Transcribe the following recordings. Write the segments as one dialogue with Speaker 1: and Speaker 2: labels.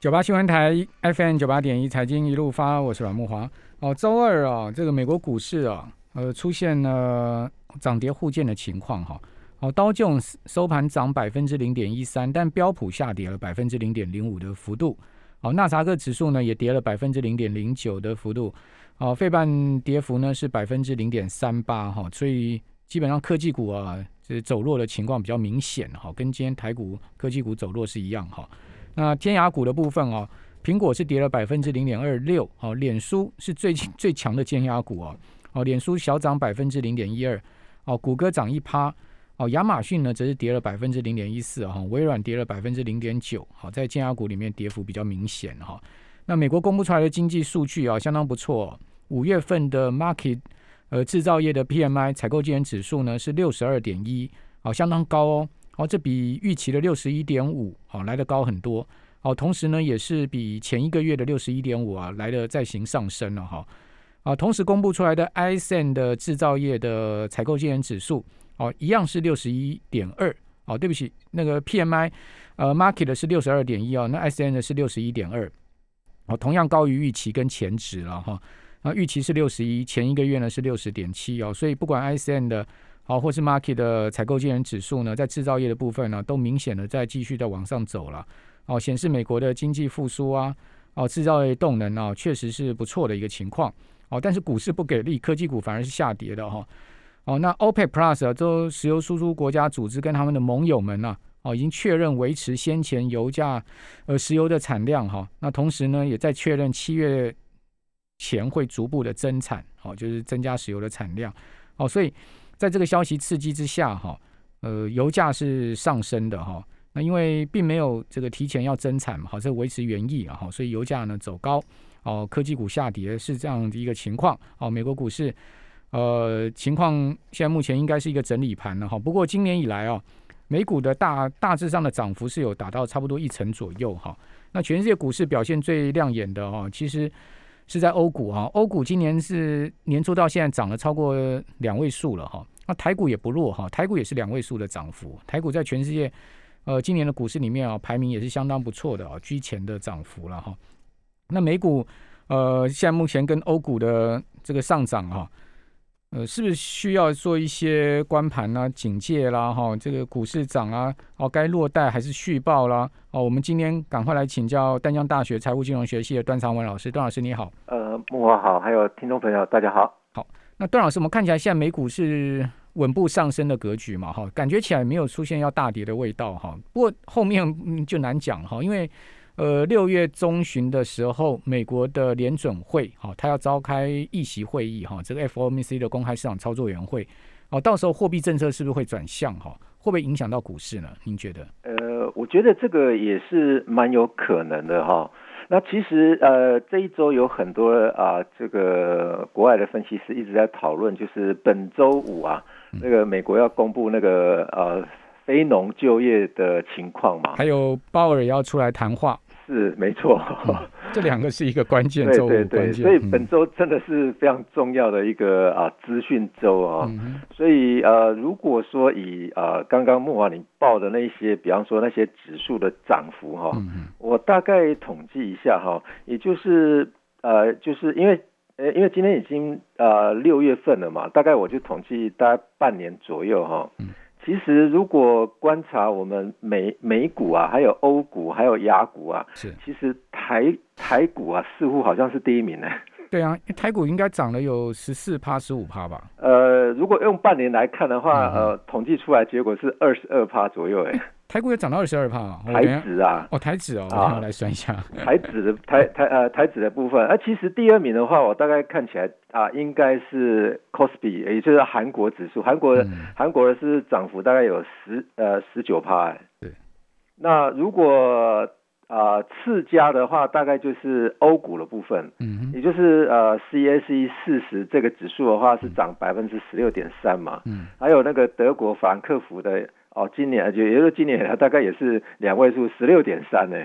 Speaker 1: 九八新闻台 FM 九八点一财经一路发，我是阮木华。哦，周二哦，这个美国股市哦，呃，出现了涨跌互见的情况哈、哦。刀琼斯收盘涨百分之零点一三，但标普下跌了百分之零点零五的幅度。哦，纳斯达克指数呢也跌了百分之零点零九的幅度。哦，费半跌幅呢是百分之零点三八哈，所以基本上科技股啊，就是走弱的情况比较明显哈、哦，跟今天台股科技股走弱是一样哈。哦那天涯股的部分哦，苹果是跌了百分之零点二六，哦，脸书是最最强的天涯股哦，哦，脸书小涨百分之零点一二，哦，谷歌涨一趴，哦，亚马逊呢则是跌了百分之零点一四哈，微软跌了百分之零点九，好、哦，在天涯股里面跌幅比较明显哈、哦。那美国公布出来的经济数据啊、哦，相当不错，五月份的 market 呃制造业的 PMI 采购经理指数呢是六十二点一，好，相当高哦。好、哦，这比预期的六十一点五，好来的高很多。好、哦，同时呢，也是比前一个月的六十一点五啊来的再行上升了哈、哦。啊，同时公布出来的 ISM 的制造业的采购经理指数，哦，一样是六十一点二。哦，对不起，那个 PMI 呃 market 的是六十二点一哦，那 ISM 的是六十一点二。哦，同样高于预期跟前值了哈。那、啊、预期是六十一，前一个月呢是六十点七哦，所以不管 ISM 的。好，或是 market 的采购经理指数呢，在制造业的部分呢、啊，都明显的在继续在往上走了。哦，显示美国的经济复苏啊，哦，制造业动能啊，确实是不错的一个情况。哦，但是股市不给力，科技股反而是下跌的哈、哦。哦，那 OPEC Plus 啊，都石油输出国家组织跟他们的盟友们啊，哦，已经确认维持先前油价呃石油的产量哈、哦。那同时呢，也在确认七月前会逐步的增产，哦，就是增加石油的产量。哦，所以。在这个消息刺激之下，哈，呃，油价是上升的哈。那因为并没有这个提前要增产嘛，好，这维持原意啊，哈，所以油价呢走高，哦，科技股下跌是这样的一个情况。哦，美国股市，呃，情况现在目前应该是一个整理盘了哈。不过今年以来哦，美股的大大致上的涨幅是有达到差不多一成左右哈。那全世界股市表现最亮眼的哦，其实。是在欧股哈，欧股今年是年初到现在涨了超过两位数了哈。那台股也不弱哈，台股也是两位数的涨幅。台股在全世界呃今年的股市里面啊，排名也是相当不错的啊，居前的涨幅了哈。那美股呃现在目前跟欧股的这个上涨哈，呃是不是需要做一些关盘啊、警戒啦哈？这个股市涨啊，哦该落袋还是续报啦？哦，我们今天赶快来请教丹江大学财务金融学系的段长文老师。段老师你好，
Speaker 2: 呃，木华好，还有听众朋友大家好。
Speaker 1: 好，那段老师，我们看起来现在美股是稳步上升的格局嘛，哈，感觉起来没有出现要大跌的味道哈。不过后面嗯就难讲哈，因为呃六月中旬的时候，美国的联准会哈，它要召开议席会议哈，这个 FOMC 的公开市场操作委员会哦，到时候货币政策是不是会转向哈？会不会影响到股市呢？您觉得？
Speaker 2: 呃，我觉得这个也是蛮有可能的哈。那其实呃，这一周有很多啊、呃，这个国外的分析师一直在讨论，就是本周五啊，
Speaker 1: 嗯
Speaker 2: 那个美国要公布那个呃非农就业的情况嘛，
Speaker 1: 还有鲍尔要出来谈话。
Speaker 2: 是没错、
Speaker 1: 嗯，这两个是一个关键嗯周，
Speaker 2: 对对对，所以本周真的是非常重要的一个啊资讯周啊、哦嗯，所以呃，如果说以呃刚刚木华你报的那些，比方说那些指数的涨幅哈、哦嗯，我大概统计一下哈、哦，也就是呃，就是因为呃，因为今天已经呃六月份了嘛，大概我就统计大概半年左右哈。其实，如果观察我们美美股啊，还有欧股，还有雅股啊，
Speaker 1: 是，
Speaker 2: 其实台台股啊，似乎好像是第一名呢。
Speaker 1: 对啊，台股应该涨了有十四趴、十五趴吧？
Speaker 2: 呃，如果用半年来看的话，嗯、呃，统计出来结果是二十二趴左右，哎。
Speaker 1: 台股也涨到二十二帕，
Speaker 2: 台指啊，
Speaker 1: 哦台指哦，我要来算一下、啊、
Speaker 2: 台指的台台呃台指的部分。啊，其实第二名的话，我大概看起来啊，应该是 Kospi，也就是韩国指数，韩国韩、嗯、国的是涨幅大概有十呃十九帕。哎、
Speaker 1: 对，
Speaker 2: 那如果啊、呃、次佳的话，大概就是欧股的部分，
Speaker 1: 嗯，
Speaker 2: 也就是呃 CAC 四十这个指数的话是涨百分之十六点三嘛，
Speaker 1: 嗯，
Speaker 2: 还有那个德国法兰克福的。哦，今年就也就是今年， 它大概也是两位数，十六点三呢。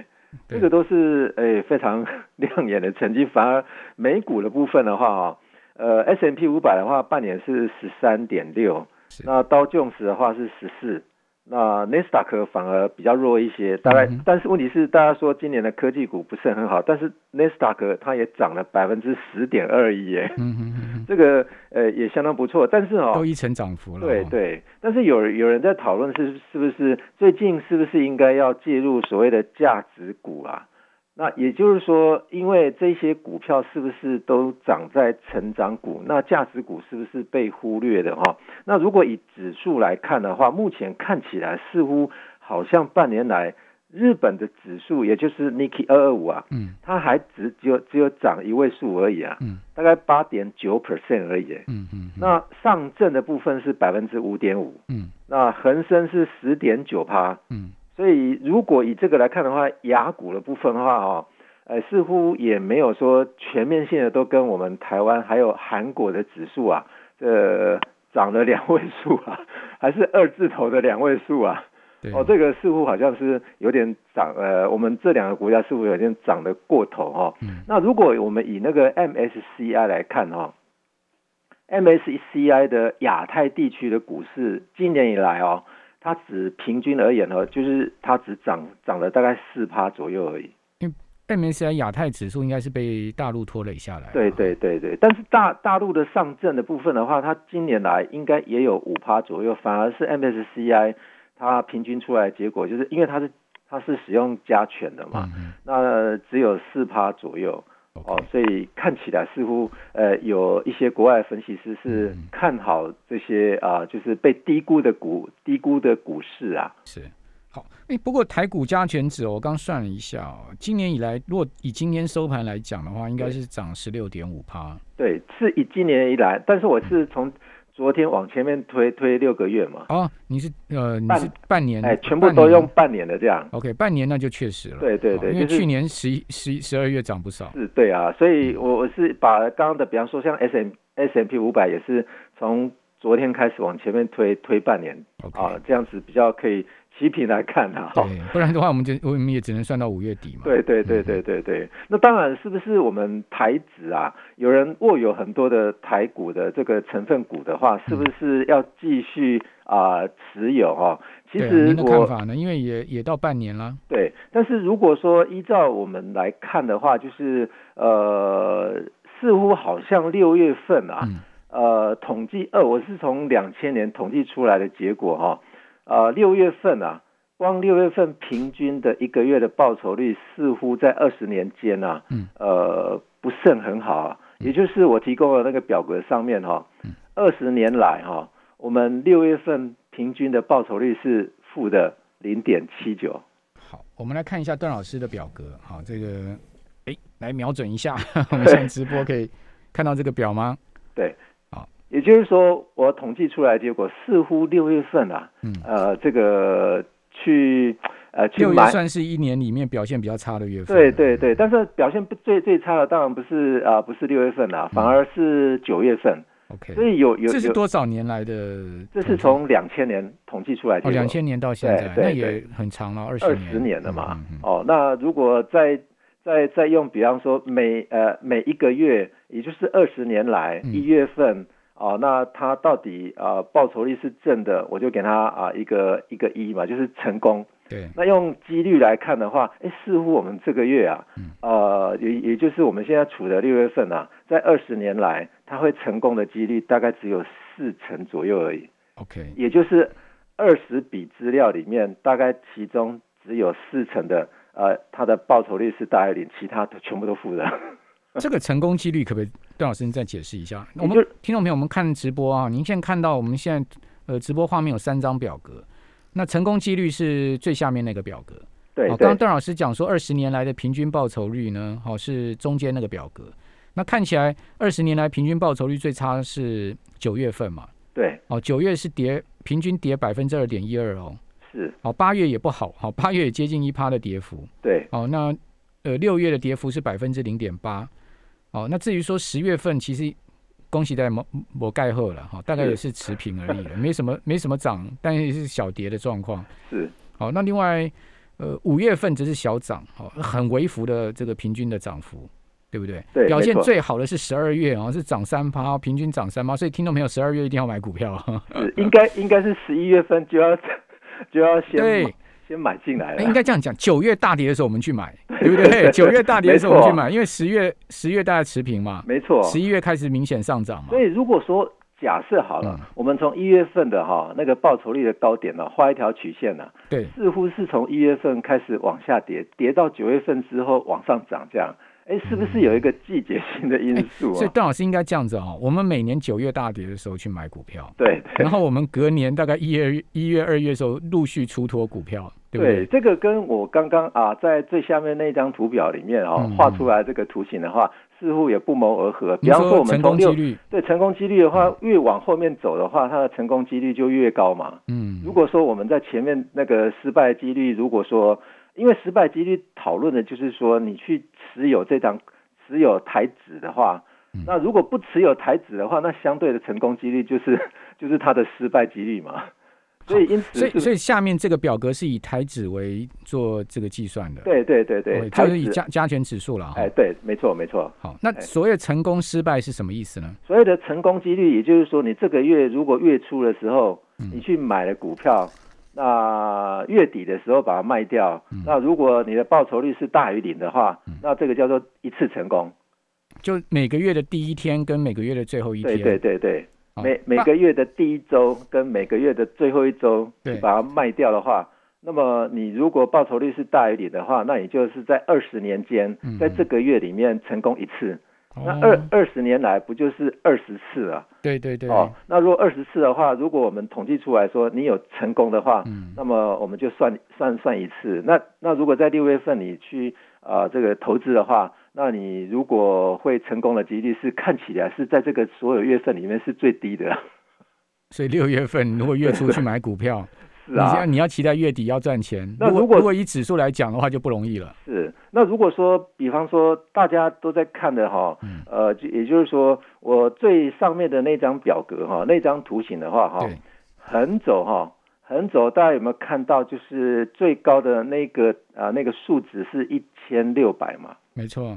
Speaker 2: 这个都是诶、欸、非常 亮眼的成绩。反而美股的部分的话啊，呃，S M P 五百的话，半年是十三点六，那刀琼斯的话是十四，那 n e s t a q 反而比较弱一些，大概，
Speaker 1: 嗯哼
Speaker 2: 但是问题是，大家说今年的科技股不是很好，但是 n e s t a q 它也涨了百分之十点二一耶，
Speaker 1: 嗯哼嗯
Speaker 2: 这个呃也相当不错，但是
Speaker 1: 哼，
Speaker 2: 哦
Speaker 1: 都，一成涨幅了、哦。
Speaker 2: 对对，但是有有人在讨论是是不是最近是不是应该要介入所谓的价值股啊？那也就是说，因为这些股票是不是都涨在成长股？那价值股是不是被忽略的哈、那如果以指数来看的话，目前看起来似乎好像半年来日本的指数，也就是 Niki 二二五啊，
Speaker 1: 嗯
Speaker 2: 它还只只有只有涨一位数而已啊，
Speaker 1: 嗯
Speaker 2: 大概八点九 percent 而已耶。
Speaker 1: 嗯嗯，嗯
Speaker 2: 那上证的部分是百分之五点五，
Speaker 1: 嗯
Speaker 2: 那恒生是十点九趴，
Speaker 1: 嗯
Speaker 2: 所以如果以这个来看的话，雅股的部分的话哦，呃，似乎也没有说全面性的都跟我们台湾还有韩国的指数啊，呃，涨了两位数啊，还是二字头的两位数啊，
Speaker 1: 对
Speaker 2: 哦，这个似乎好像是有点涨，呃，我们这两个国家似乎有点涨得过头哦。
Speaker 1: 嗯
Speaker 2: 那如果我们以那个 MSCI 来看哦，MSCI 的亚太地区的股市今年以来哦，它只平均而言哦，就是它只涨涨了大概四趴左右而已。
Speaker 1: MSCI 亚太指数应该是被大陆拖累下来吧。
Speaker 2: 对对对对，但是大大陆的上证的部分的话，它今年来应该也有五趴左右，反而是 MSCI 它平均出来的结果，就是因为它是它是使用加权的嘛，
Speaker 1: 嗯，嗯
Speaker 2: 那只有四趴左右。
Speaker 1: ，OK，
Speaker 2: 哦，所以看起来似乎呃有一些国外分析师是
Speaker 1: 嗯
Speaker 2: 看好这些啊、就是被低估的股低估的股市啊。
Speaker 1: 是。好，哎，不过台股加权指哦，我刚算了一下哦，今年以来，如果以今天收盘来讲的话，应该是涨十六点五趴。
Speaker 2: 对，是以今年以来，但是我是
Speaker 1: 嗯
Speaker 2: 从昨天往前面推推六个月嘛，
Speaker 1: 哦，你是呃，你
Speaker 2: 半
Speaker 1: 是半年，
Speaker 2: 哎，全部
Speaker 1: 半
Speaker 2: 都
Speaker 1: 年
Speaker 2: 用半年的这样。
Speaker 1: OK，半年那就确实了。
Speaker 2: 对对对
Speaker 1: 哦因为
Speaker 2: 就是
Speaker 1: 去年十一、十一、十二月涨不少。
Speaker 2: 是，对啊，所以我我是把刚刚的，比方说像 S M S M P 五百也是从昨天开始往前面推推半年
Speaker 1: OK，、
Speaker 2: 啊，这样子比较可以齐平来看啊。哦
Speaker 1: 对，不然的话，我们就我们也只能算到五月底嘛。啊嗯
Speaker 2: 对对对对对对，那当然是不是我们台指啊？有人握有很多的台股的这个成分股的话，是不是要继续啊、持有哦？其
Speaker 1: 对啊，
Speaker 2: 实
Speaker 1: 您的看
Speaker 2: 我
Speaker 1: 法呢？因为也也到半年了。
Speaker 2: 对，但是如果说依照我们来看的话，就是呃，似乎好像六月份啊，
Speaker 1: 嗯
Speaker 2: 呃，统计二，我是从两千年统计出来的结果哈、呃，六月份啊，光六月份平均的一个月的报酬率似乎在二十年间啊，
Speaker 1: 嗯
Speaker 2: 呃，不甚很好啊，也就是我提供的那个表格上面哈、
Speaker 1: 嗯
Speaker 2: 二十年来哈、我们六月份平均的报酬率是负的零点七九，
Speaker 1: 好，我们来看一下段老师的表格。好，这个哎，来瞄准一下，我们现在直播可以看到这个表吗？啊
Speaker 2: 也就是说，我统计出来的结果似乎六月份啊，
Speaker 1: 嗯
Speaker 2: 呃，这个去呃去
Speaker 1: 六月
Speaker 2: 买。
Speaker 1: 算是一年里面表现比较差的月份。
Speaker 2: 对对对，但是表现不最最差的当然不是啊、呃不是六月份啦、反而是九月份。
Speaker 1: ，OK，
Speaker 2: 所以有有
Speaker 1: 嗯这是
Speaker 2: 有，
Speaker 1: 多少年来的统计？
Speaker 2: 这是从两千年统计出来的
Speaker 1: 哦
Speaker 2: 结果，
Speaker 1: 两千年到现在，
Speaker 2: 对对
Speaker 1: 那也很长了，二十
Speaker 2: 二
Speaker 1: 年，
Speaker 2: 十年了嘛。
Speaker 1: 嗯嗯嗯
Speaker 2: 哦，那如果再再再用，比方说每呃每一个月，也就是二十年来
Speaker 1: 嗯
Speaker 2: 一、月份。哦，那它到底呃报酬率是正的，我就给它啊、一个一个一嘛，就是成功。
Speaker 1: 对，
Speaker 2: 那用几率来看的话，哎，似乎我们这个月啊
Speaker 1: 嗯，
Speaker 2: 呃，也也就是我们现在处的六月份啊，在二十年来，它会成功的几率大概只有四成左右而已，
Speaker 1: OK，
Speaker 2: 也就是二十笔资料里面，大概其中只有四成的，呃，它的报酬率是大于零，其他都全部都负的。
Speaker 1: 这个成功几率可不可以，段老师你再解释一下？
Speaker 2: 也
Speaker 1: 我们
Speaker 2: 就是
Speaker 1: 听众朋友，我们看直播啊，您现在看到我们现在呃直播画面有三张表格，那成功几率是最下面那个表格。
Speaker 2: 对
Speaker 1: 哦好，刚
Speaker 2: 对
Speaker 1: 刚段老师讲说，二十年来的平均报酬率呢，好、是中间那个表格。那看起来二十年来平均报酬率最差的是九月份嘛？
Speaker 2: 对，
Speaker 1: 哦，九月是跌，平均跌百分之二点一二哦。
Speaker 2: 是，
Speaker 1: 好、八月也不好，好、八月也接近一趴的跌幅。
Speaker 2: 对
Speaker 1: 哦，那呃六月的跌幅是百分之零点八。哦，那至于说十月份，其实恭喜在某某盖后了哈、大概也是持平而已了，没什么没什么涨，但也是小跌的状况。
Speaker 2: 是，
Speaker 1: 好，那另外，呃，五月份只是小涨，好、很微幅的这个平均的涨幅，对不对？
Speaker 2: 对
Speaker 1: 表
Speaker 2: 没
Speaker 1: 现
Speaker 2: 错
Speaker 1: 最好的是十二月啊、是涨三趴，平
Speaker 2: 哎
Speaker 1: 均涨三趴，所以听众朋友十二月一定要买股票。
Speaker 2: 是，应该应该是十一月份就要 就要先
Speaker 1: 对
Speaker 2: 买，先买进来
Speaker 1: 哎应
Speaker 2: 了。
Speaker 1: 该这样讲，九月大跌的时候我们去买，对 不对？九月大跌的时候我们去买，因为十月十月大概持平嘛，
Speaker 2: 没错，
Speaker 1: 十一月开始明显上涨嘛
Speaker 2: 所。以如果说假设好了，
Speaker 1: 嗯
Speaker 2: 我们从一月份的哈、那个报酬率的高点呢、画一条曲线呢、
Speaker 1: 对，
Speaker 2: 似乎是从一月份开始往下跌，跌到九月份之后往上涨，这样，哎，是不是有一个季节性的因素
Speaker 1: 嗯所以
Speaker 2: 啊？
Speaker 1: 段老师应该这样子哦，我们每年九月大跌的时候去买股票，
Speaker 2: 对对
Speaker 1: 然后我们隔年大概一月、一月、二月的时候陆续出脱股票，对不对？
Speaker 2: 对，这个跟我刚刚啊在最下面那张图表里面哦
Speaker 1: 嗯
Speaker 2: 画出来这个图形的话，似乎也不谋而合。比
Speaker 1: 你
Speaker 2: 方说我
Speaker 1: 说
Speaker 2: 们
Speaker 1: 成
Speaker 2: 从
Speaker 1: 功几
Speaker 2: 六
Speaker 1: 率，嗯
Speaker 2: 对成功几率的话，越往后面走的话，它的成功几率就越高嘛。
Speaker 1: 嗯
Speaker 2: 如，果说我们在前面那个失败几率，如果说因为失败几率讨论的就是说你去持有这张持有台指的话
Speaker 1: 嗯，
Speaker 2: 那如果不持有台指的话，那相对的成功几率就是 就是它的失败几率嘛。所以因此
Speaker 1: 所以
Speaker 2: 是
Speaker 1: 所以下面这个表格是以台指为做这个计算的，
Speaker 2: 对对对对，
Speaker 1: 哦
Speaker 2: 台
Speaker 1: 就是以
Speaker 2: 指
Speaker 1: 加加权指数了哈
Speaker 2: 哎，。对，没错没错。
Speaker 1: 好，那所谓的成功失败是什么意思呢？
Speaker 2: 所谓的成功几率，也就是说，你这个月如果月初的时候
Speaker 1: 嗯
Speaker 2: 你去买了股票，那月底的时候把它卖掉，
Speaker 1: 嗯
Speaker 2: 那如果你的报酬率是大于零的话，那这个叫做一次成功。
Speaker 1: 就每个月的第一天跟每个月的最后一
Speaker 2: 对
Speaker 1: 天，
Speaker 2: 对对对，
Speaker 1: 好
Speaker 2: 每每
Speaker 1: 那
Speaker 2: 个月的第一周跟每个月的最后一周，
Speaker 1: 对
Speaker 2: 你把它卖掉的话。那么你如果报酬率是大于零的话，那你就是在二十年间
Speaker 1: 嗯，
Speaker 2: 在这个月里面成功一次。那
Speaker 1: 哦
Speaker 2: 二二十年来不就是二十次啊？
Speaker 1: 对对对，
Speaker 2: 哦，那如果二十次的话，如果我们统计出来说你有成功的话，
Speaker 1: 嗯
Speaker 2: 那么我们就算算算一次。那那如果在六月份你去啊这个投资的话，那你如果会成功的几率是看起来是在这个所有月份里面是最低的。
Speaker 1: 所以六月份如果月初去买股票，
Speaker 2: 是啊，
Speaker 1: 你要你要期待月底要赚钱。
Speaker 2: 那
Speaker 1: 如
Speaker 2: 如果
Speaker 1: 如果以指数来讲的话，就不容易了。
Speaker 2: 是，那如果说，比方说大家都在看的哈，
Speaker 1: 嗯
Speaker 2: 呃，就也就是说，我最上面的那张表格哈，那张图形的话哈
Speaker 1: 对，
Speaker 2: 横轴哈，横轴大家有没有看到？就是最高的那个啊、呃那个数值是一千六百嘛？
Speaker 1: 没错，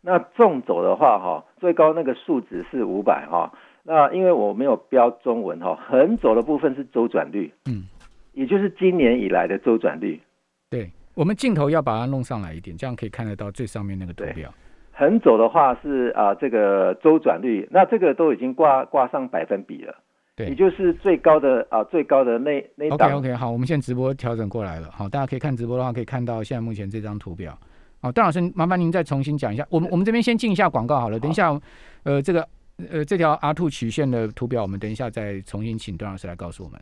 Speaker 2: 那纵轴的话哈，最高那个数值是五百哈。那因为我没有标中文哈，横轴的部分是周转率，
Speaker 1: 嗯，
Speaker 2: 也就是今年以来的周转率。
Speaker 1: 对，我们镜头要把它弄上来一点，这样可以看得到最上面那个图表。
Speaker 2: 横走的话是啊、这个周转率，那这个都已经挂挂上百分比了，
Speaker 1: 对
Speaker 2: 也就是最高的啊、最高的那那一
Speaker 1: OK
Speaker 2: 档
Speaker 1: OK，好，我们现在直播调整过来了。好，大家可以看直播的话，可以看到现在目前这张图表。好，段老师，麻烦您再重新讲一下。我们我们这边先进一下广告好了，等一下，呃，这个呃这条 R two 曲线的图表，我们等一下再重新请段老师来告诉我们。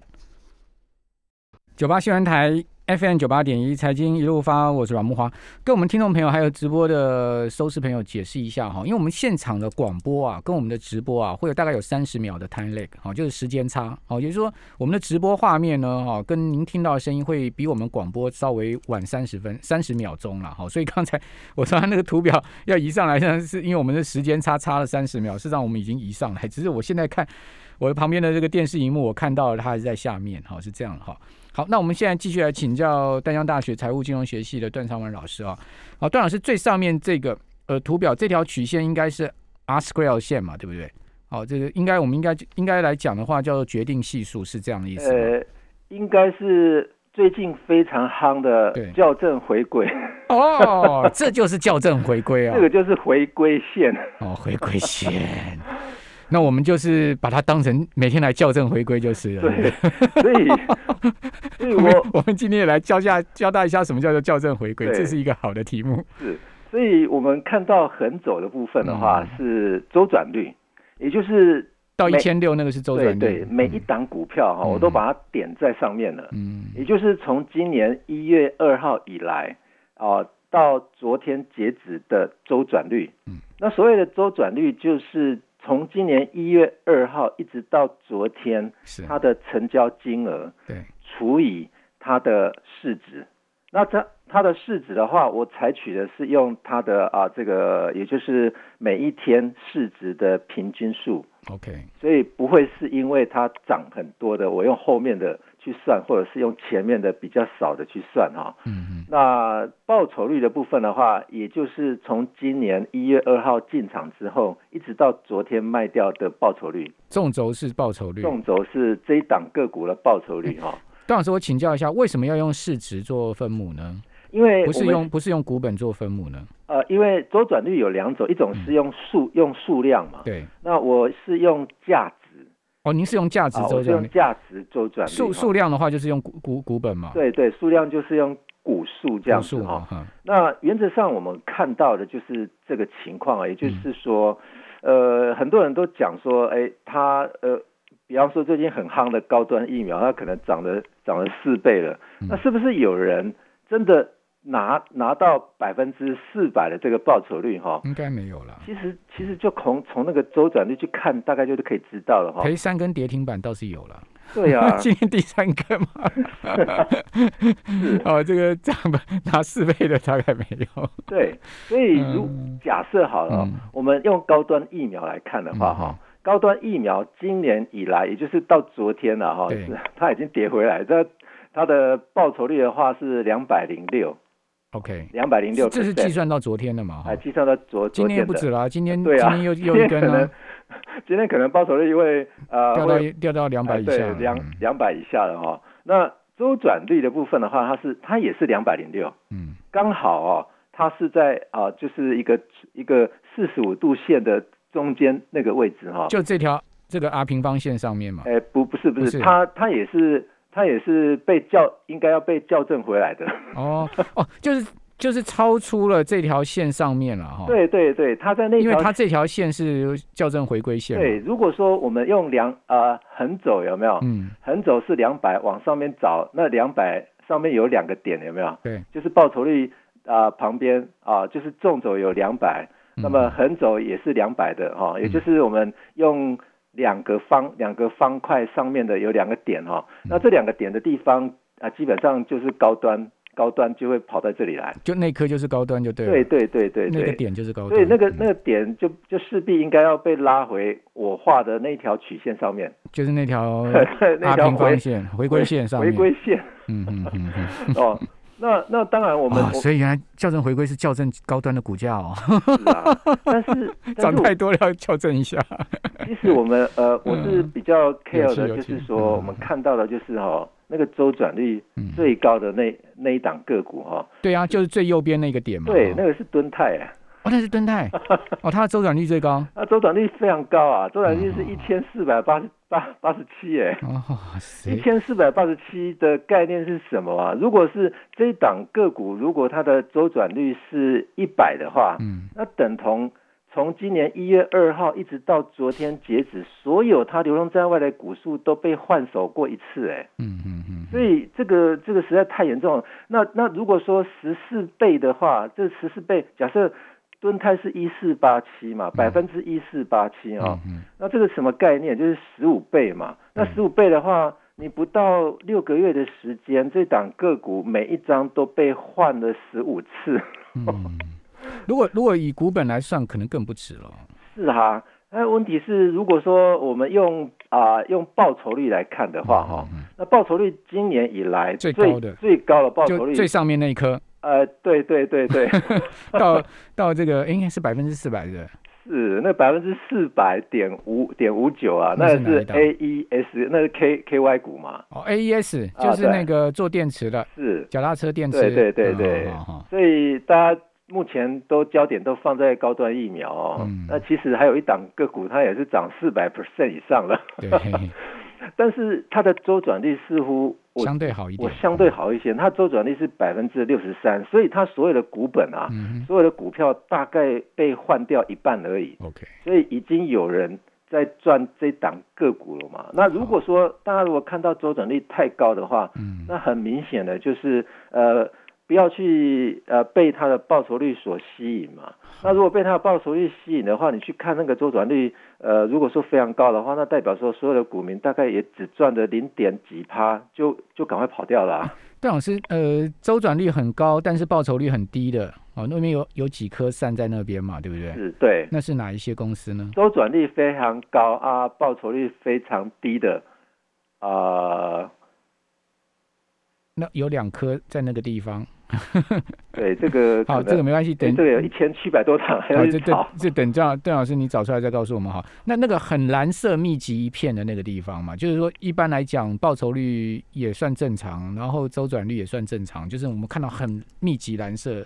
Speaker 1: 九八新闻台 FM 九八点一财经一路发，我是阮木华，跟我们听众朋友还有直播的收视朋友解释一下哈，因为我们现场的广播啊，跟我们的直播啊，会有大概有三十秒的 time lag，好，就是时间差，哦好，也就是说我们的直播画面呢，哈，跟您听到的声音会比我们广播稍微晚三十分三十秒钟了，好，所以刚才 我说他那个图表要移上来，但是因为我们的时间差差了三十秒，事实上我们已经移上来，只是我现在看我旁边的这个电视荧幕，我看到了它还是在下面，好，是这样哈。好，那我们现在继续来请教丹江大学财务金融学系的段昌文老师啊、好，段老师最上面这个呃图表这条曲线应该是 R square 线嘛，对不对？好，这个应该我们应该应该来讲的话叫做决定系数，是这样的意思吗？
Speaker 2: 呃，应该是最近非常夯的
Speaker 1: 对
Speaker 2: 校正回归，
Speaker 1: 哦，这就是校正回归啊、
Speaker 2: 这个就是回归 线。
Speaker 1: 哦，回归线。那我们就是把它当成每天来校正回归就是了。
Speaker 2: 对，所以所以
Speaker 1: 我们
Speaker 2: 我
Speaker 1: 我们今天也来教下交代一下什么叫做校正回归，
Speaker 2: 对
Speaker 1: 这是一个好的题目。
Speaker 2: 是，所以我们看到横走的部分的话
Speaker 1: 嗯
Speaker 2: 是周转率，也就是
Speaker 1: 到一
Speaker 2: 每
Speaker 1: 千六那个是周
Speaker 2: 对
Speaker 1: 转率，
Speaker 2: 对每一档股票哈，我都把它点在上面了。
Speaker 1: 嗯
Speaker 2: 也就是从今年一月二号以来，哦、到昨天截止的周转率。
Speaker 1: 嗯，
Speaker 2: 那所谓的周转率，就是从今年一月二号一直到昨天，
Speaker 1: 是
Speaker 2: 它的成交金额
Speaker 1: 对
Speaker 2: 除以它的市值。那它它的市值的话，我采取的是用它的啊这个，也就是每一天市值的平均数。
Speaker 1: OK
Speaker 2: 所以不会是因为它涨很多的，我用后面的去算，或者是用前面的比较少的去算哈、
Speaker 1: 嗯嗯
Speaker 2: 那报酬率的部分的话，也就是从今年一月二号进场之后，一直到昨天卖掉的报酬率，
Speaker 1: 纵轴是报酬率，
Speaker 2: 纵轴是这一档个股的报酬率哈、
Speaker 1: 段老师，我请教一下，为什么要用市值做分母呢？
Speaker 2: 因为
Speaker 1: 不是
Speaker 2: 哎我们
Speaker 1: 用不是用股本做分母呢？
Speaker 2: 呃，因为周转率有两种，一种是用数、用数量嘛，
Speaker 1: 对，
Speaker 2: 那我是用价值
Speaker 1: 哦，您是用价值
Speaker 2: 啊，
Speaker 1: 周
Speaker 2: 我是
Speaker 1: 转
Speaker 2: 用
Speaker 1: 率，
Speaker 2: 价值周转率
Speaker 1: 数
Speaker 2: 哈
Speaker 1: 数量的话就是用股股股本嘛，
Speaker 2: 对对，数量就是用股数这样
Speaker 1: 股
Speaker 2: 子
Speaker 1: 数哦
Speaker 2: 哈、
Speaker 1: 嘛，哈，
Speaker 2: 那原则上我们看到的就是这个情况啊，
Speaker 1: 嗯
Speaker 2: 也就是说，呃，很多人都讲说，哎，它呃，比方说最近很夯的高端疫苗，它可能涨了涨了四倍了，
Speaker 1: 嗯
Speaker 2: 那是不是有人真的拿拿到百分之四百的这个报酬率哈、
Speaker 1: 应该没有了。
Speaker 2: 其实其实就从从那个周转率去看，大概就可以知道了哈、
Speaker 1: 赔三根跌停板倒是有了，，
Speaker 2: 对啊
Speaker 1: 今天第三 根嘛， 哦，这个涨吧，拿四倍的大概没 有。
Speaker 2: 对，所以如
Speaker 1: 嗯
Speaker 2: 假设好了，
Speaker 1: 嗯
Speaker 2: 我们用高端疫苗来看的话，啊哈、高端疫苗今年以来，也就是到昨天了哈，
Speaker 1: 对
Speaker 2: 是 它已经跌回来，这它的报酬率的话是两百零六，
Speaker 1: ，OK，
Speaker 2: 两百零六，
Speaker 1: 这是计算到昨天的嘛？哈
Speaker 2: 啊，，计算到昨
Speaker 1: 今
Speaker 2: 昨
Speaker 1: 天又
Speaker 2: 天
Speaker 1: 不
Speaker 2: 的，
Speaker 1: 止啦，今天今
Speaker 2: 对啊
Speaker 1: 天又又一根
Speaker 2: 今天可
Speaker 1: 呢
Speaker 2: 能， 今天可能报酬率会呃
Speaker 1: 掉到
Speaker 2: 会
Speaker 1: 掉到两百以
Speaker 2: 哎
Speaker 1: 下
Speaker 2: 对
Speaker 1: 了，
Speaker 2: 两
Speaker 1: 嗯
Speaker 2: 两百以下了哈。那周转率的部分的话，它是它也是两百零六，
Speaker 1: 嗯，
Speaker 2: 刚好哦，它是在啊、就是一个一个四十五度线的中间那个位置哈、
Speaker 1: 就这条这个 R 平方线上面嘛，
Speaker 2: 哎，不，不是，不
Speaker 1: 啊不
Speaker 2: 是，
Speaker 1: 是
Speaker 2: 他他也是他也是被校，应该要被校正回来的。
Speaker 1: 哦哦，就是就是超出了这条线上面了哈，，
Speaker 2: 对对对，他在那
Speaker 1: 因为
Speaker 2: 条
Speaker 1: 它这条线是校正回归线嘛，
Speaker 2: 对，如果说我们用两呃横走有没有？
Speaker 1: 嗯，
Speaker 2: 横走是两百，往上面找，那两百上面有两个点有没有？
Speaker 1: 对，
Speaker 2: 就是报酬率啊、呃旁边啊、就是纵走有两百，
Speaker 1: 嗯
Speaker 2: 那么横走也是两百的哈、也就是我们用两个方两个方块上面的有两个点哈、
Speaker 1: 嗯
Speaker 2: 那这两个点的地方啊、基本上就是高端，高端就会跑到这里来。
Speaker 1: 就那颗就是高端就对了，
Speaker 2: 对对对对
Speaker 1: 那个
Speaker 2: 对，
Speaker 1: 点就是高端，
Speaker 2: 所以那个那
Speaker 1: 嗯
Speaker 2: 个点就就势必应该要被拉回我画的那条曲线上 面，
Speaker 1: 就是那条
Speaker 2: 那
Speaker 1: R
Speaker 2: 条
Speaker 1: 嗯平
Speaker 2: 回
Speaker 1: 方线回归线上
Speaker 2: 回
Speaker 1: 面，
Speaker 2: 归线
Speaker 1: 嗯嗯嗯嗯。
Speaker 2: 哦。那那当 然我们
Speaker 1: 啊，所以原来校正回归是校正高端的股价哦，
Speaker 2: 是啊，但 是但
Speaker 1: 涨
Speaker 2: 是
Speaker 1: 太
Speaker 2: 我
Speaker 1: 多了要校正一下。
Speaker 2: 其实我们呃，我是比较 care 的，
Speaker 1: 嗯有趣有
Speaker 2: 就
Speaker 1: 趣
Speaker 2: 是说我们看到的就是哈、哦，那个周转率
Speaker 1: 嗯，
Speaker 2: 最高的那那一档个股哈、哦，
Speaker 1: 对啊，就是最右边那个点嘛。
Speaker 2: 对
Speaker 1: 哦，
Speaker 2: 那个是敦泰，啊
Speaker 1: 哦，那是敦 泰，哦，它的周转率最高。
Speaker 2: 那周转率非常高啊，周转率
Speaker 1: 嗯
Speaker 2: 是一千四百八十八八十七哎。
Speaker 1: 哦，
Speaker 2: 一
Speaker 1: 谁？
Speaker 2: 千四百八十七的概念是什么啊？如果是这一档个股，如果它的周转率是一百的话，
Speaker 1: 嗯，
Speaker 2: 那等同从今年一月二号一直到昨天截止，所有它流通在外的股数都被换手过一次、哎，
Speaker 1: 嗯嗯嗯
Speaker 2: 所以这个这个实在太严重了。那那如果说十四倍的话，这十四倍假设。吨泰是一四八七嘛，百分之一四八七啊，
Speaker 1: 嗯嗯，
Speaker 2: 那这个什么概念？就是十五倍嘛。那十五倍的话，你不到六个月的时间，这档个股每一张都被换了十五次，
Speaker 1: 嗯，如果如果以股本来算，可能更不止了。
Speaker 2: 是哈。那问题是，如果说我们用啊、用报酬率来看的话，啊哈、
Speaker 1: 嗯
Speaker 2: 那报酬率今年以来
Speaker 1: 最
Speaker 2: 最
Speaker 1: 高的
Speaker 2: 最高的报酬
Speaker 1: 就
Speaker 2: 率
Speaker 1: 最，上面那一 颗
Speaker 2: 呃，对对对对，
Speaker 1: 到到这个应该是百分之四百的，
Speaker 2: 是那百分之四百点五点五九啊，
Speaker 1: 那
Speaker 2: 那
Speaker 1: 是哪
Speaker 2: 是
Speaker 1: 一档
Speaker 2: A E S，那是 K K Y 股嘛，
Speaker 1: 哦，AES
Speaker 2: 啊
Speaker 1: 就是
Speaker 2: 对
Speaker 1: 那个做电池的
Speaker 2: 是。
Speaker 1: 脚踏车电池，
Speaker 2: 对对对对
Speaker 1: 哦哦哦
Speaker 2: 所以大家目前都焦点都放在高端疫苗哦。
Speaker 1: 嗯
Speaker 2: 那其实还有一档个股，它也是涨四百 percent 以上了，
Speaker 1: 哦对，
Speaker 2: 但是它的周转率似乎我
Speaker 1: 相对好一点，
Speaker 2: 我相对好一些，它周转率是百分之六十三，所以它所有的股本啊，
Speaker 1: 嗯
Speaker 2: 所有的股票大概被换掉一半而已，
Speaker 1: 哼，OK，
Speaker 2: 所以已经有人。在赚这档个股了嘛？那如果说大家如果看到周转率太高的话，
Speaker 1: 嗯
Speaker 2: 那很明显的就是呃，不要去呃被它的报酬率所吸引嘛。那如果被它的报酬率吸引的话，你去看那个周转率，呃，如果说非常高的话，那代表说所有的股民大概也只赚了零点几趴，就就赶快跑掉了啊、
Speaker 1: 段老师，呃，周转率很高，但是报酬率很低的，哦，那边有有几颗散在那边嘛，对不对？
Speaker 2: 是，对，
Speaker 1: 那是哪一些公司呢？
Speaker 2: 周转率非常高啊，报酬率非常低的，啊、
Speaker 1: 那有两颗在那个地方，
Speaker 2: 对，这个
Speaker 1: 好，这个没关系，等
Speaker 2: 这个有一千七百多场还要
Speaker 1: 好，
Speaker 2: 去
Speaker 1: 这这
Speaker 2: 找。
Speaker 1: 这等郑邓老师你找出来再告诉我们哈。那那个很蓝色密集一片的那个地方嘛，就是说一般来讲报酬率也算正常，然后周转率也算正常，就是我们看到很密集蓝色，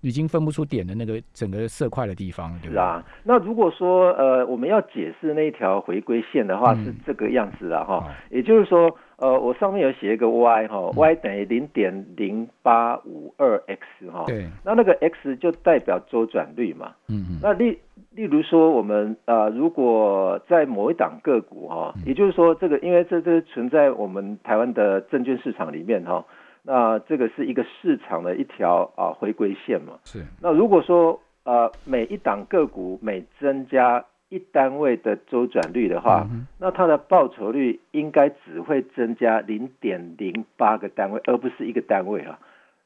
Speaker 1: 已经分不出点的那个整个色块的地方了，对不
Speaker 2: 是
Speaker 1: 对？
Speaker 2: 啊，那如果说呃，我们要解释那一条回归线的话，
Speaker 1: 嗯哦
Speaker 2: 是这个样子的哈、
Speaker 1: 好
Speaker 2: 也就是说，呃，我上面有写一个 y 哈、y
Speaker 1: 嗯
Speaker 2: 等于零点零八五二 x 哈、
Speaker 1: 对，
Speaker 2: 那那个 x 就代表周转率嘛。
Speaker 1: 嗯嗯，
Speaker 2: 那例例如说，我们呃，如果在某一档个股哈、
Speaker 1: 嗯
Speaker 2: 也就是说这个，因为这这是存在我们台湾的证券市场里面哈、那这个是一个市场的一条啊、回归线嘛。
Speaker 1: 是，
Speaker 2: 那如果说呃每一档个股每增加一单位的周转率的话，
Speaker 1: 嗯
Speaker 2: 那它的报酬率应该只会增加零点零八个单位，而不是一个单位啊。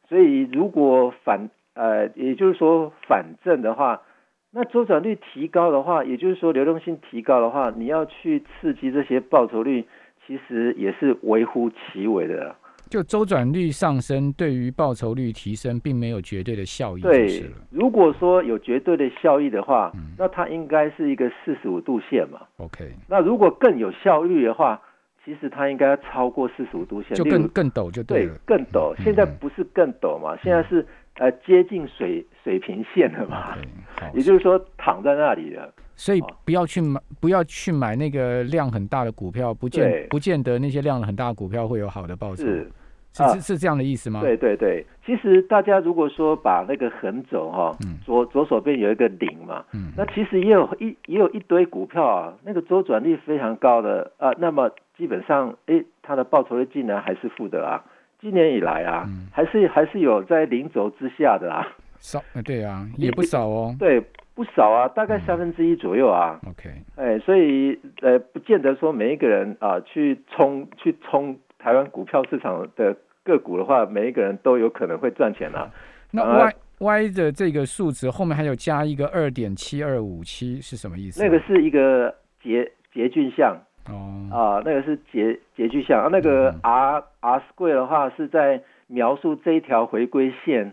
Speaker 2: 所以如果反呃，也就是说反正的话，那周转率提高的话，也就是说流动性提高的话，你要去刺激这些报酬率，其实也是微乎其微的啊。
Speaker 1: 就周转率上升对于报酬率提升并没有绝对的效益，就是
Speaker 2: 对
Speaker 1: 了。，嗯
Speaker 2: 如果说有绝对的效益的话，那它应该是一个四十五度线嘛。
Speaker 1: OK，
Speaker 2: 那如果更有效率的话，其实它应该要超过四十五度线，
Speaker 1: 就
Speaker 2: 例
Speaker 1: 更
Speaker 2: 如
Speaker 1: 更陡就对
Speaker 2: 对
Speaker 1: 了。嗯
Speaker 2: 更陡。现在不是更陡嘛，现在是呃接近水水平线了嘛，
Speaker 1: OK，好
Speaker 2: 也，就是说躺在那里了。
Speaker 1: 所以
Speaker 2: 哦
Speaker 1: 不要去买，不要去买那个量很大的股票，不见
Speaker 2: 对
Speaker 1: 不见得那些量很大的股票会有好的报酬，
Speaker 2: 是，
Speaker 1: 是
Speaker 2: 啊
Speaker 1: 是是这样的意思吗？
Speaker 2: 对对对。其实大家如果说把那个横轴哈、
Speaker 1: 嗯
Speaker 2: 左左手边有一个零嘛，
Speaker 1: 嗯，
Speaker 2: 那其实也有一也有一堆股票啊，那个周转率非常高的啊，那么基本上诶，它的报酬率竟然还是负的啊，今年以来啊，
Speaker 1: 嗯
Speaker 2: 还是还是有在零轴之下的啊，
Speaker 1: 少呃对啊，
Speaker 2: 你
Speaker 1: 也不少哦。
Speaker 2: 对，不少啊，大
Speaker 1: 嗯
Speaker 2: 概三分之一左右啊，
Speaker 1: OK，
Speaker 2: 哎，所以呃，不见得说每一个人啊去冲去冲台湾股票市场的个股的话，每一个人都有可能会赚钱啊，
Speaker 1: 那
Speaker 2: 呃
Speaker 1: Y、Y 的这个数值后面还有加一个二点七二五七是什么意思？啊
Speaker 2: 那个是一个捷捷径项。
Speaker 1: 哦，
Speaker 2: 啊，那个是结结局项，啊那
Speaker 1: 嗯
Speaker 2: 个 R R square 的话是在描述这一条回归线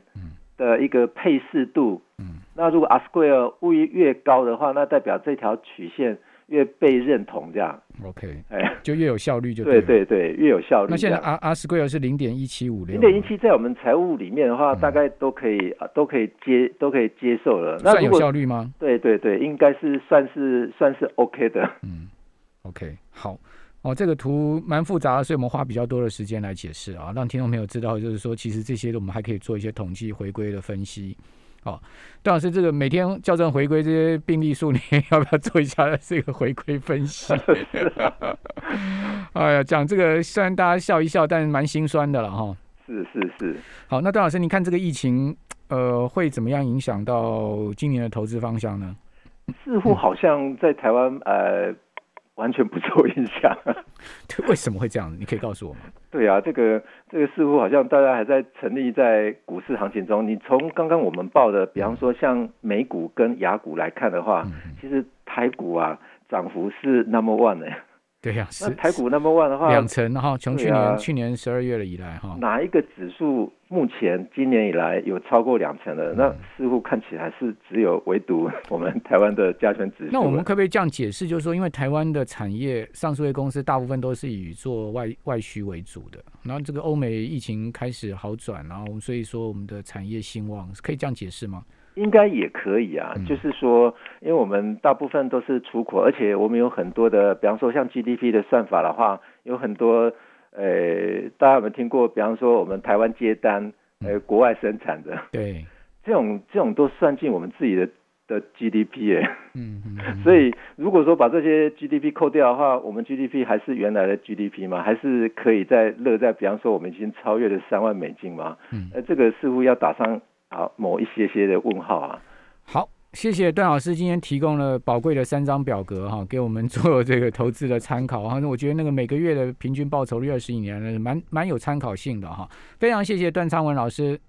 Speaker 2: 的一个配适度。
Speaker 1: 嗯，
Speaker 2: 那如果 R square 位越高的话，那代表这条曲线越被认同，这样，
Speaker 1: ，OK，
Speaker 2: 哎，
Speaker 1: 就越有效率就
Speaker 2: 对
Speaker 1: 了。
Speaker 2: 对对，越有效率
Speaker 1: 那
Speaker 2: 这
Speaker 1: 现在啊
Speaker 2: 样。
Speaker 1: R R square 是零点一七五
Speaker 2: 零
Speaker 1: 六，
Speaker 2: 点一七在我们财务里面的话，
Speaker 1: 嗯
Speaker 2: 大概都可以啊，都可以接，都可以接受了。那
Speaker 1: 算
Speaker 2: 如
Speaker 1: 有
Speaker 2: 果
Speaker 1: 效率吗？
Speaker 2: 对对对，应该是算是算是 OK 的。
Speaker 1: 嗯，OK，好，哦，这个图蛮复杂的，所以我们花比较多的时间来解释啊，让听众朋友知道，就是说，其实这些我们还可以做一些统计回归的分析。哦，段老师，这个每天校正回归这些病例数，你 要不要做一下这个回归分 析？哎呀，讲这个虽然大家笑一笑，但蛮心酸的了哈。
Speaker 2: 是是是，
Speaker 1: 好，那段老师，你看这个疫情，呃，会怎么样影响到今年的投资方向呢？
Speaker 2: 似
Speaker 1: 嗯
Speaker 2: 乎好像在台湾呃完全不受影响。
Speaker 1: 对，为什么会这样？你可以告诉我吗？
Speaker 2: 对啊，这个这个似乎好像大家还在沉溺在股市行情中。你从刚刚我们报的，比方
Speaker 1: 嗯
Speaker 2: 说像美股跟雅股来看的话，其实台股啊涨幅是 number one 呢、
Speaker 1: 对呀、是
Speaker 2: 那台股 number one 的话，
Speaker 1: 两成哈，从去
Speaker 2: 对
Speaker 1: 年、
Speaker 2: 啊
Speaker 1: 去年十二月了以来哈，
Speaker 2: 哪一个指数目前今年以来有超过两成的？
Speaker 1: 嗯
Speaker 2: 那似乎看起来是只有唯独我们台湾的加权指数。
Speaker 1: 那我们可不可以这样解释，就是说，因为台湾的产业上市会公司大部分都是以做外外需为主的，然后这个欧美疫情开始好转，然后所以说我们的产业兴旺，可以这样解释吗？
Speaker 2: 应该也可以啊，
Speaker 1: 嗯
Speaker 2: 就是说，因为我们大部分都是出口，而且我们有很多的，比方说像 GDP 的算法的话，有很多呃，大家有没有听过？比方说我们台湾接单，呃，国外生产 的
Speaker 1: 对，
Speaker 2: 这种这种都算进我们自己的的 GDP 耶。
Speaker 1: 嗯嗯嗯
Speaker 2: 所以如果说把这些 GDP 扣掉的话，我们 GDP 还是原来的 GDP 吗？还是可以再乐在，比方说我们已经超越了三万美金吗？
Speaker 1: 嗯
Speaker 2: 呃，这个似乎要打上啊某一些些的问号啊。
Speaker 1: 好，谢谢段老师今天提供了宝贵的三张表格哈， 给我们做这个投资的参考哈。那我觉得那个每个月的平均报酬率二十一年，蛮蛮有参考性的哈。非常谢谢段昌文老师